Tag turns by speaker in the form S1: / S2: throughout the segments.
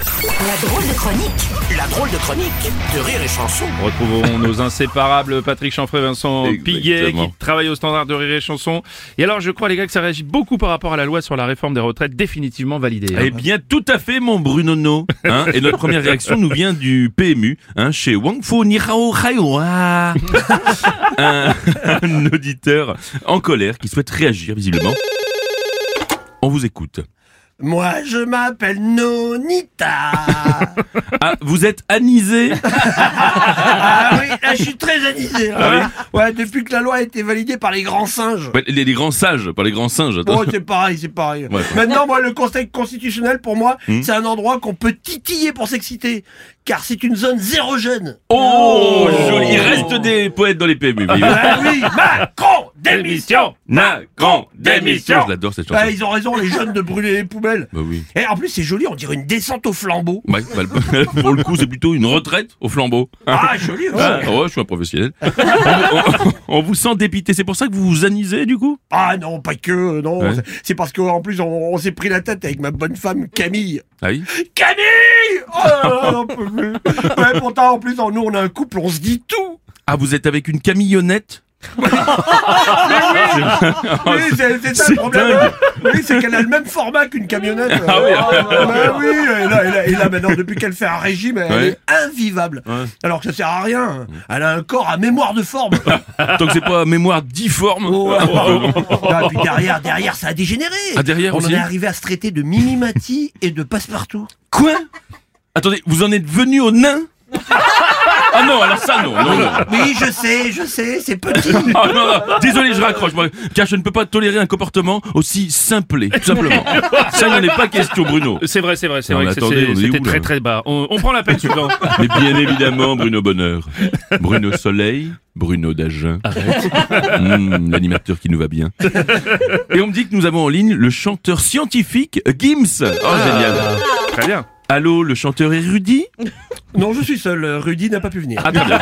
S1: La drôle de chronique.
S2: La drôle de chronique de Rire et Chanson.
S3: Retrouvons nos inséparables Patrick Chanfray, Vincent Piguet, qui travaille au standard de Rire et Chanson. Et alors, je crois, les gars, que ça réagit beaucoup par rapport à la loi sur la réforme des retraites définitivement validée. hein.
S4: Eh bien, tout à fait, mon Brunono. Hein, et notre première réaction nous vient du PMU, hein, chez Wangfo Nihao Haiwa. un, un auditeur en colère qui souhaite réagir, visiblement. On vous écoute.
S5: Moi, je m'appelle Nonita.
S4: Ah, vous êtes anisé
S5: ah oui, là, je suis très anisé.
S4: Ah
S5: hein. Ouais, depuis que la loi a été validée par les grands singes.
S4: Ouais, les, les grands sages, pas les grands singes. attends.
S5: Bon, c'est pareil, c'est pareil.
S4: Ouais. Hmm.
S5: Maintenant, moi, le Conseil constitutionnel, pour moi, c'est un endroit qu'on peut titiller pour s'exciter. Car c'est une zone zéro jeune.
S4: Oh, joli. Il reste des poètes dans les PMU. voyez-vous.
S5: Ah oui, Macron, démission
S4: Macron, démission Je l'adore cette chanson.
S5: Ah, ils ont raison, les jeunes, de brûler les poubelles.
S4: Bah oui.
S5: Et en plus, c'est joli, on dirait une descente au flambeau.
S4: Ouais, bah, le- pour le coup, c'est plutôt une retraite au flambeau.
S5: Ah, joli, ouais.
S4: Ah, ouais, je suis un professionnel. on, on- on vous sent dépité. C'est pour ça que vous vous anisez, du coup
S5: Ah non, pas que, euh, non.
S4: Ouais.
S5: C'est- C'est parce qu'en plus, on, on s'est pris la tête avec ma bonne femme Camille.
S4: Ah oui
S5: Camille Oh là là, j'en peux plus. Ouais, pourtant, en plus, en nous, on a un couple, on se dit tout.
S4: Ah, vous êtes avec une camillonnette
S5: Oui, c'est c'est ça
S4: c'est
S5: le problème.
S4: dingue.
S5: Oui, c'est qu'elle a le même format qu'une camionnette.
S4: Ah oui.
S5: bah oui, et là, et là- et là, maintenant, depuis qu'elle fait un régime, elle
S4: Ouais.
S5: est invivable.
S4: Ouais.
S5: Alors que ça sert à rien. Elle a un corps à mémoire de forme.
S4: Tant que c'est pas mémoire difforme.
S5: Ah, puis derrière, derrière, ça a dégénéré.
S4: Oh, Ah, derrière
S5: on en
S4: aussi
S5: est arrivé à se traiter de mimimati et de passe-partout.
S4: Quoi Attendez, vous en êtes venu au nain Ah non, alors ça, non, non, non.
S5: Oui, je sais, je sais, c'est petit.
S4: Ah non, non, désolé, je raccroche, moi, car je ne peux pas tolérer un comportement aussi simplé, tout simplement. Ça, il n'en est pas question, Bruno.
S3: C'est vrai, c'est vrai, c'est
S4: Non,
S3: vrai
S4: mais
S3: que
S4: attendez,
S3: c'est-
S4: on est
S3: c'était
S4: où,
S3: très
S4: là
S3: très bas. On, on prend l'appel suivant.
S4: Mais bien évidemment, Bruno Bonheur. Bruno Soleil, Bruno Dagen. Hmm, L'animateur qui nous va bien. Et on me dit que nous avons en ligne le chanteur scientifique Gims. Oh, génial.
S3: Très bien.
S4: Allô, le chanteur érudit
S5: Non, je suis seul. Rudy n'a pas pu venir.
S4: Ah, très bien.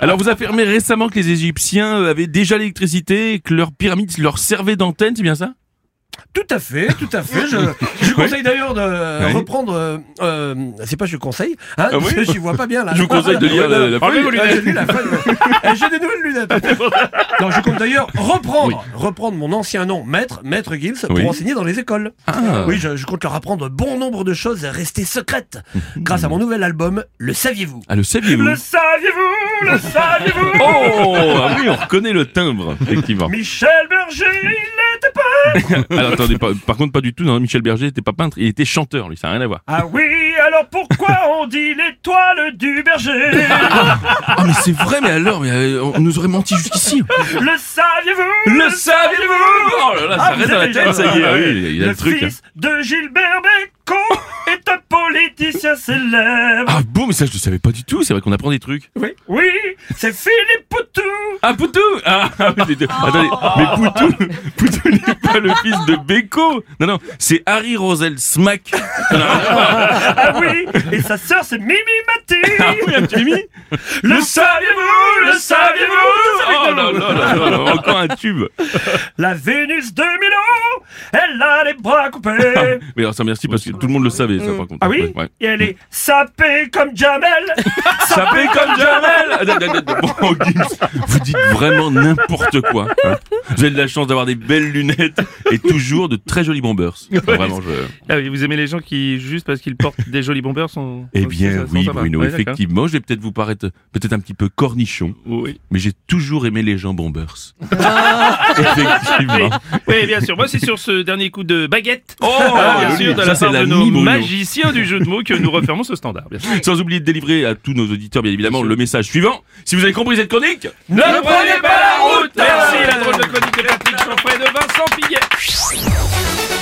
S4: Alors, vous affirmez récemment que les Égyptiens euh, avaient déjà l'électricité et que leurs pyramides leur servaient d'antenne, c'est bien ça
S5: Tout à fait, tout à fait. Je, je conseille d'ailleurs de
S4: Oui. Ah
S5: reprendre. euh, euh, c'est pas je conseille, hein, parce que je vois pas bien là.
S4: Je vous conseille de lire la, Ah, la
S3: Enlevez vos
S5: Ah, j'ai
S3: lunettes.
S5: lu la feuille, ouais. Eh, J'ai des nouvelles lunettes. Non, je compte d'ailleurs reprendre, reprendre mon ancien nom, maître, maître Gilles,
S4: Oui.
S5: pour enseigner dans les écoles.
S4: Ah.
S5: Oui, je, je compte leur apprendre bon nombre de choses restées secrètes grâce à mon nouvel album. Le saviez-vous
S4: Ah, le saviez-vous
S5: Le saviez-vous Le saviez-vous
S4: Oh Ah oui, on reconnaît le timbre, effectivement.
S5: Michel Berger, il n'était pas.
S4: Alors, attendez, par, par contre, pas du tout. Non, Michel Berger n'était pas peintre, il était chanteur, lui, ça n'a rien à voir.
S5: Ah oui, alors pourquoi on dit l'étoile du berger
S4: Ah, mais c'est vrai, mais alors, mais, euh, on nous aurait menti jusqu'ici.
S5: Le saviez-vous
S4: Le saviez-vous Oh là là, ça
S5: Ah,
S4: reste
S5: vous
S4: dans la
S5: avez
S4: tête,
S5: raison.
S4: ça y est. Ah oui, il a le, truc.
S5: fils de Gilbert Bécaud est un politicien célèbre.
S4: Ah bon, mais ça, je ne savais pas du tout. C'est vrai qu'on apprend des trucs.
S5: Oui, oui c'est Philippe Poutou. Oh.
S4: Ah, Poutou Ah, ah, oui, les deux. Attendez, mais Poutou, Poutou n'est pas le fils de Beko. Non, non, c'est Harry Rosel Smack.
S5: Ah oui, et sa sœur c'est Mimi Mati.
S4: Ah oui, un petit mimi.
S5: Le saviez-vous, le saviez-vous
S4: Oh là là là là là, encore un tube.
S5: La Vénus de Milan, elle a les bras coupés.
S4: Mais alors, ça, merci parce que tout le monde le savait, ça, par contre.
S5: Ah oui
S4: Ah, Ouais.
S5: Et elle est sapée comme Jamel.
S4: Ça fait comme Jamel Bon, Gims, vous dites vraiment n'importe quoi. hein. Vous avez de la chance d'avoir des belles lunettes et toujours de très jolis bombers. Vraiment, je...
S3: Ah oui, vous aimez les gens qui, juste parce qu'ils portent des jolis bombers, sont.
S4: Eh
S3: sont-
S4: bien,
S3: sont- sont
S4: oui,
S3: sympas.
S4: Bruno,
S3: Ouais, d'accord.
S4: effectivement, je vais peut-être vous paraître peut-être un petit peu cornichon,
S3: Oui.
S4: mais j'ai toujours aimé les gens bombers. effectivement.
S3: Oui, bien sûr. Moi, c'est sur ce dernier coup de baguette.
S4: Oh,
S3: Ah, bien
S4: joli.
S3: sûr, de
S4: ça
S3: la
S4: c'est
S3: part de
S4: la
S3: nos
S4: mi, Bruno.
S3: magiciens du jeu de mots que nous refermons ce standard. Bien sûr.
S4: Sans oublier de délivrer à tous nos auditeurs, bien évidemment, le message suivant. Si vous avez compris cette chronique,
S3: Ne prenez pas la route Merci, la drôle de chronique de Patrick Chanfray et de Vincent Piguet.